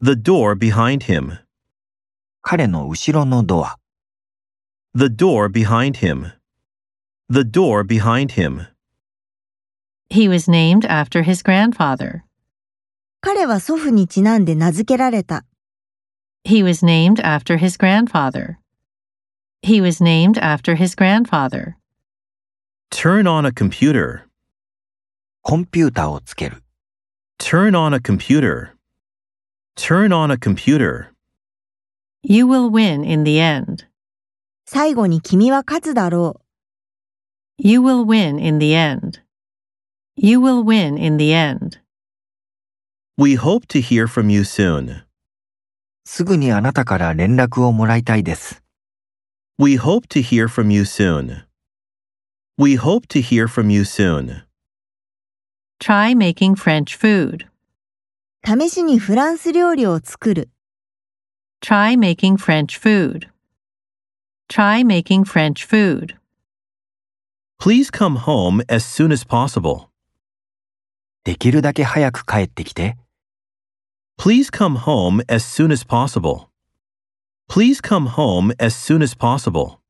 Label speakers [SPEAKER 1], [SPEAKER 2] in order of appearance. [SPEAKER 1] The door behind him.
[SPEAKER 2] 彼の後ろのドア、
[SPEAKER 1] The door behind him. The door behind him.
[SPEAKER 3] He was named after his grandfather.
[SPEAKER 4] 彼は祖父にちなんで名付けられた。
[SPEAKER 3] He was named after his grandfather. He was named after his grandfather.
[SPEAKER 1] Turn on a computer.
[SPEAKER 2] コンピュータをつける、
[SPEAKER 1] Turn on a computer. Turn on a computer.
[SPEAKER 3] You will win in the end.
[SPEAKER 4] 最後に君は勝つだろ
[SPEAKER 3] You will win in the end. You will win in the end.
[SPEAKER 1] We hope to hear from you soon.
[SPEAKER 2] すぐにあなたから連絡をもらいたいです。
[SPEAKER 1] We hope to hear from you soon. We hope to hear from you soon.
[SPEAKER 3] Try making French food.
[SPEAKER 4] う。試しにフランス料理を作る。
[SPEAKER 3] Try making French food. Try making French food.
[SPEAKER 1] Please come home as soon as possible.
[SPEAKER 2] できるだけ早く帰ってきて、
[SPEAKER 1] Please come home as soon as possible. Please come home as soon as possible.